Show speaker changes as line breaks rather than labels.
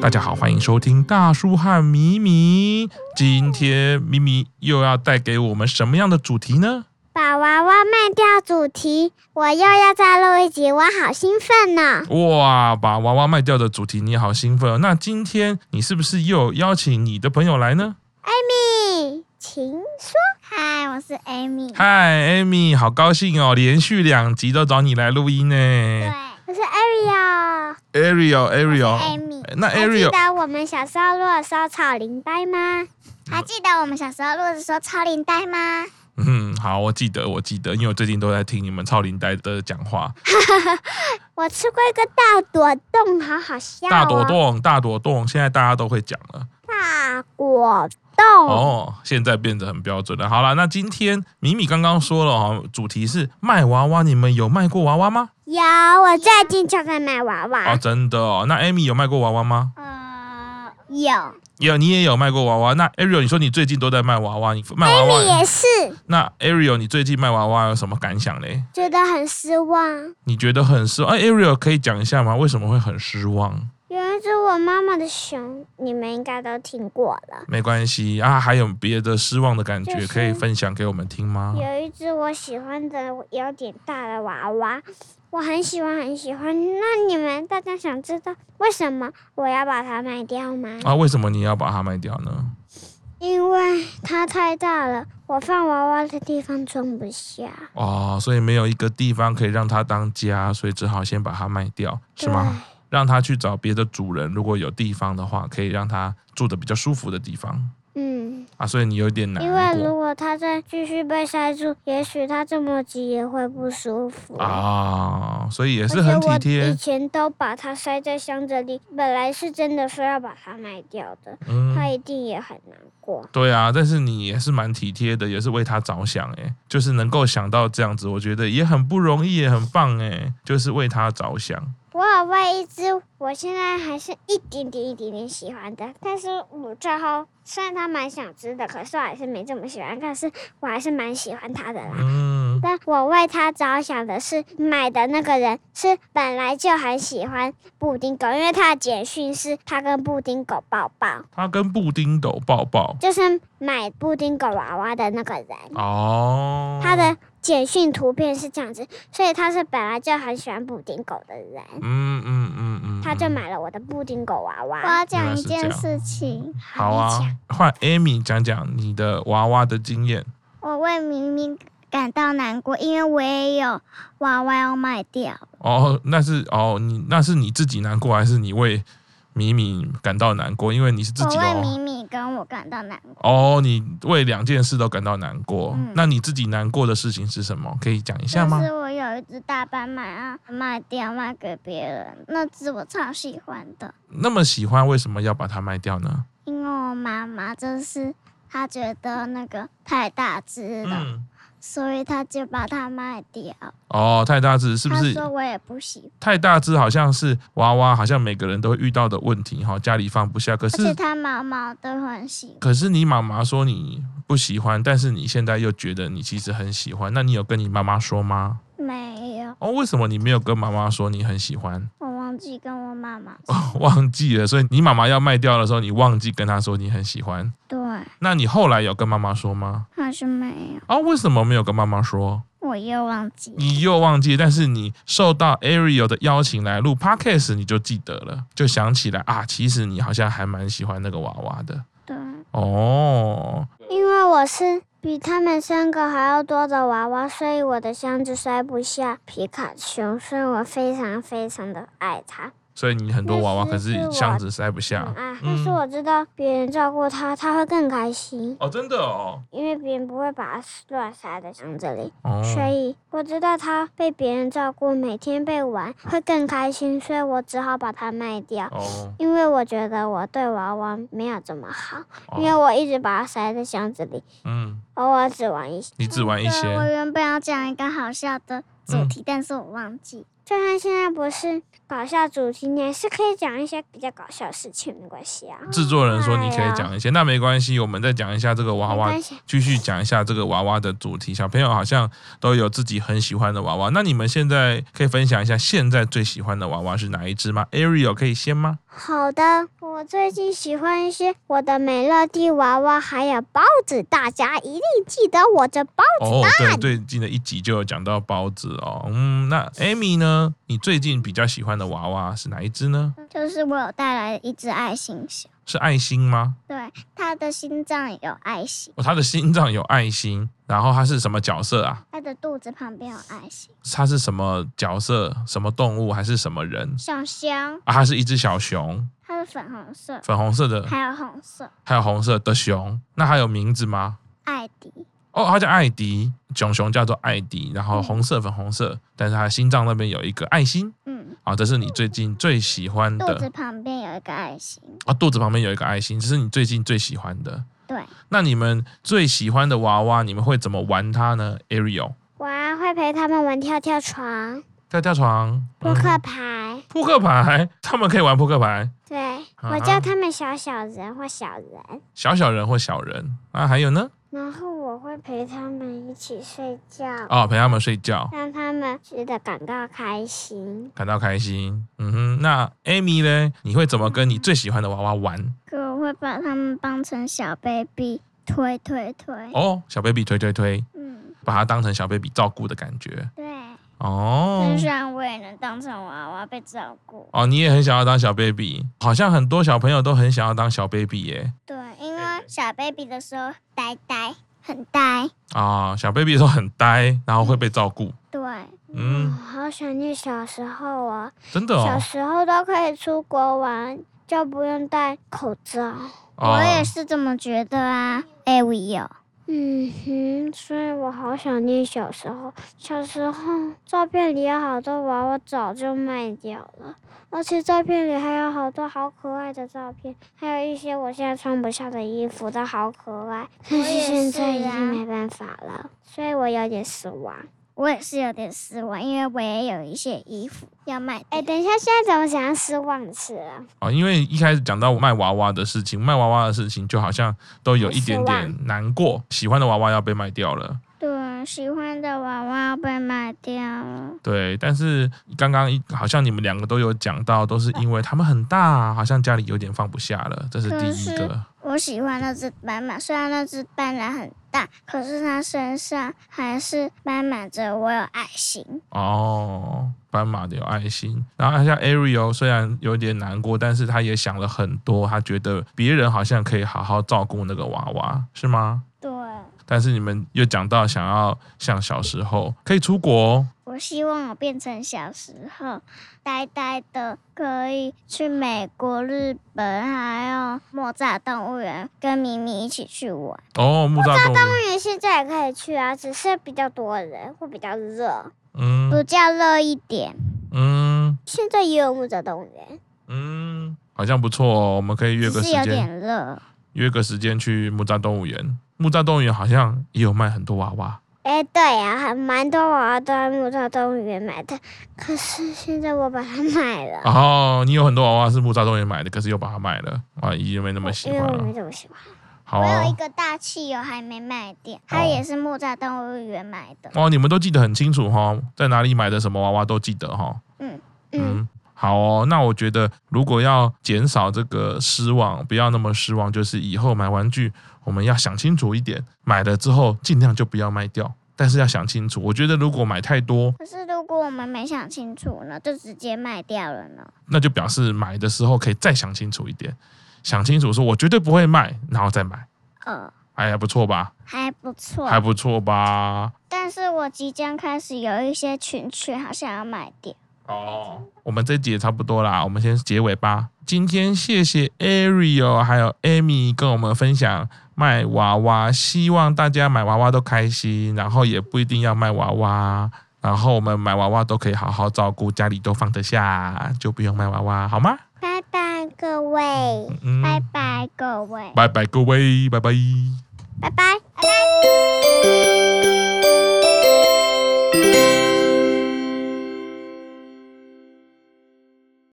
大家好，欢迎收听大叔和咪咪。今天咪咪又要带给我们什么样的主题呢？
把娃娃卖掉主题，我又要再录一集，我好兴奋哦呢！
哇，把娃娃卖掉的主题，你好兴奋、哦！那今天你是不是又邀请你的朋友来呢？
咪，请说。嗨，我是 Amy。
嗨，Amy，好高兴哦，连续两集都找你来录音
对
呢。，
我是 Ariel。
Ariel，Ariel，
Amy。
哦哎那
还记
Ariel 嗯
得我们小时候录的时候草林带吗？还记得我们小时候录的时候超领带吗？
嗯，好，我记得，我记得，因为我最近都在听你们超龄呆的讲话。
啊我吃过一个大果冻，好好笑、哦。
大朵。洞，大朵洞，现在大家都会讲了。
大果冻。
哦，现在变得很标准了。好了，那今天米米刚刚说了哦，主题是卖娃娃，你们有卖过娃娃吗？
有，我最近就在买娃
哦，
娃。
真的哦。那 Amy 有卖过娃娃吗？
呃，有。
有，你也有卖过娃娃。那 Ariel，你说你最近都在卖娃娃，你卖娃娃，
也是
那 Ariel，你最近卖娃娃有什么感想嘞？
觉得很失望。
你觉得很失望？哎、a r i e l 可以讲一下吗？为什么会很失望？
有一只我妈妈的熊，你们应该都听过了。
没关系啊，还有别的失望的感觉、
就是
可以分享给我们听吗？
有一只我喜欢的有点大的娃娃，我很喜欢很喜欢。那你们大家想知道为什么我要把它卖掉吗？
啊，为什么你要把它卖掉呢？
因为它太大了，我放娃娃的地方装不下。
哦，所以没有一个地方可以让它当家，所以只好先把它卖掉，是吗？
对？
让它去找别的主人，如果有地方的话，可以让它住的比较舒服的地方
嗯，
啊。所以你有点难
因为如
过
果它再继续被塞住，也许它这么急也会不舒服。
啊、所以也
而
是
且
很体
我以
贴。
前都把它塞在箱子里，本来是真的说要把它卖掉的，
嗯，
它一定也很难过。
对啊，但是你也是蛮体贴的，也是为它着想诶，就是能够想到这样子，我觉得也很不容易，也很棒诶，就是为它着想。
我有喂一只，我现在还是一点点、一点点喜欢的，但是我最后虽然它蛮想吃的，可是我还是没这么喜欢，但是我还是蛮喜欢它的啦。
嗯，
但我为它着想的是，买的那个人是本来就很喜欢布丁狗，因为他的简讯是他跟布丁狗抱抱，
它跟布丁狗抱抱
就是买布丁狗娃娃的那个人。
哦，
他的简讯图片是这样子，所以他是本来就很喜欢布丁狗的人，
嗯嗯嗯嗯，
他就
嗯
买了我的布丁狗娃
我
娃。
要讲一件事情。
好
你
啊，换 Amy 讲讲你的娃娃的经验。
我为明明感到难过，因为我也有娃娃要卖掉。
哦，那是哦，你那是你自己难过，还是你为米米感到难过？因为你是自
我
己
为
哦，
米米跟我感到难过。
哦，你为两件事都感到难过。
嗯
那你自己难过的事情是什么？可以讲一下吗
就？是我有一只大斑马啊，卖掉卖给别人，那只我超喜欢的，
那么喜欢，为什么要把它卖掉呢？
因为我妈妈就是她觉得那个太大只了，
嗯，
所以她就把它卖掉。
哦，太大只是不
她说
是？
我也不喜
太大只好像是娃娃，好像每个人都会遇到的问题哈，家里放不下。可
欢，而且
是
她毛毛都很喜欢。
可是你妈妈说你不喜欢，但是你现在又觉得你其实很喜欢，那你有跟你妈妈说吗？
没有，
哦，为什么你没有跟妈妈说你很喜欢？
我忘记跟我妈妈。
哦，忘记了，所以你妈妈要卖掉的时候，你忘记跟她说你很喜欢。
对，
那你后来有跟妈妈说吗？
还是没有，
哦，为什么没有跟妈妈说？
我又忘记了。
你又忘记，但是你受到 Ariel 的邀请来录 podcast，你就记得了，就想起来啊，其实你好像还蛮喜欢那个娃娃的。
对，
哦，
因为我是比他们三个还要多的娃娃，所以我的箱子塞不下皮卡丘，所以我非常非常的爱它，
所以你很多娃娃，可
那是啊
是箱子塞不下
很。爱。但
嗯
是我知道别人照顾它，它会更开心，
哦，真的哦。
因为别人不会把它乱塞在箱子里。
哦，
所以我知道它被别人照顾，每天被玩会更开心，所以我只好把它卖掉。
哦，
因为我觉得我对娃娃没有这么好，因为
哦，
我一直把它塞在箱子里，
嗯，
偶尔只玩一些。
你只玩一
对，我
些，
原本要讲一个好笑的主题，但是我忘记。
就算现在不是搞笑主题，你还是可以讲一些比较搞笑的事情，没关系啊。
制作人说你可
哎
以
呀
讲一些，那没关系，我们再讲一下这个娃
没
娃
关系，
继续讲一下这个娃娃的主题。小朋友好像都有自己很喜欢的娃娃，那你们现在可以分享一下现在最喜欢的娃娃是哪一只吗？Ariel 可以先吗？
好的，我最近喜欢一些我的美乐蒂娃娃，还有包子，大家一定记得我这包子。
哦，对，最近的一集就有讲到包子哦。嗯，那 Amy 呢？你最近比较喜欢的娃娃是哪一只呢？
就是我有带来一只爱心熊，
是爱心吗？
对，它的心脏有爱心，
哦，它的心脏有爱心，然后它是什么角色啊？
它的肚子旁边有爱心，
它是什么角色？什么动物还是什么人？
小熊，
啊，它是一只小熊，
它的粉红色，
粉红色的，
还有红色，
还有红色的熊。那它有名字吗？
艾迪，
哦，它叫艾迪，熊熊叫做艾迪，然后红色、粉红色，但是它心脏那边有一个爱心
嗯，
啊，这是你最近最喜欢
肚子
的
旁边有一个爱心，
啊，肚子旁边有一个爱心，这是你最近最喜欢的。
对，
那你们最喜欢的娃娃，你们会怎么玩它呢？Ariel
我还会陪他们玩跳跳床、
跳跳床、
扑克
嗯
牌。
扑克牌，他们可以玩扑克牌，
对，
啊
我叫他们小小人或小人，
小小人或小人。那还有呢？
然后我会陪他们一起睡觉，
哦，陪他们睡觉，
让他们觉得感到开心。
感到开心。嗯哼，那 Amy 呢？你会怎么跟你最喜欢的娃娃玩？
可我会把它们当成小 baby 推推推，
哦，小 baby 推推推，
嗯，
把它当成小 baby 照顾的感觉。
对，
哦
但虽然我也能当成娃娃被照顾，
哦，你也很想要当小 baby，好像很多小朋友都很想要当小 baby 耶。
对，因为小 baby 的时候呆呆，很呆，
啊、小 baby 都很呆，然后会被照顾。
对，
嗯，
嗯，
好想念小时候哦，
真的
小
哦。
时候都可以出国玩，就不用戴口罩。
哦
我也是这么觉得啊。哎，我有，
嗯哼，所以我好想念小时候。小时候照片里有好多娃娃早就卖掉了，而且照片里还有好多好可爱的照片，还有一些我现在穿不下的衣服都好可爱。但
我
是
也
现在
是
已经
啊
没办法了，所以我有点失望。
我也是有点失望，因为我也有一些衣服要卖掉。
哎，等一下，现在怎么想要失望的事啊了？
哦，因为一开始讲到卖娃娃的事情，卖娃娃的事情就好像都有一点
很
点难过，喜欢的娃娃要被卖掉了。
对，喜欢的娃娃被卖掉了。
对，但是刚刚一好像你们两个都有讲到，都是因为他们很大，好像家里有点放不下了，这是第一
可
个。
我喜欢那只斑马，虽然那只斑马很大，可是它身上还是斑马着我有爱心。
哦，斑马的有爱心。然后像 Ariel 虽然有点难过，但是他也想了很多，他觉得别人好像可以好好照顾那个娃娃，是吗？
对，
但是你们又讲到想要像小时候可以出国哦、
我希望我变成小时候呆呆的，可以去美国、日本，还有莫扎动物园跟咪咪一起去玩。
哦，木栅动物园，
公园现在也可以去啊，只是比较多人，会比较热。
比
嗯
较热一点。
嗯
现在也有木泽动物园，
嗯，好像不错哦，我们可以约
只
个
是
时
有
间，
点热。
约个时间去木栅动物园。木栅动物园好像也有卖很多娃娃，
哎，对啊，还蛮多娃娃都在木头动物园买的，可是现在我把它卖了，
然哦后你有很多娃娃是木栅动物园买的，可是又把它卖了，啊，已经没那么喜
因
欢
为我
了
没。怎么喜欢。
好、
我
啊，
有一个大汽油还没卖掉，
哦
它也是木栅动物园买的。
哦，你们都记得很清楚哈、在哪里买的什么娃娃都记得哈、
嗯
嗯，
好哦，那我觉得如果要减少这个失望，不要那么失望，就是以后买玩具我们要想清楚一点，买了之后尽量就不要卖掉，但是要想清楚。我觉得如果买太多，
可是如果我们没想清楚呢，就直接卖掉了呢。
那就表示买的时候可以再想清楚一点，想清楚说我绝对不会卖，然后再买。
呃，
哎呀，不错吧？
还不错。
还不错吧？
但是我即将开始有一些群群好像要卖掉。
哦，我们这集也差不多啦，我们先结尾吧。今天谢谢 Ariel 还有 Amy 跟我们分享卖娃娃，希望大家买娃娃都开心，然后也不一定要卖娃娃，然后我们买娃娃都可以好好照顾，家里都放得下，就不用卖娃娃，好吗？
拜拜各位，
嗯，
拜拜各位，
拜拜各位，拜拜。
拜拜。
拜拜。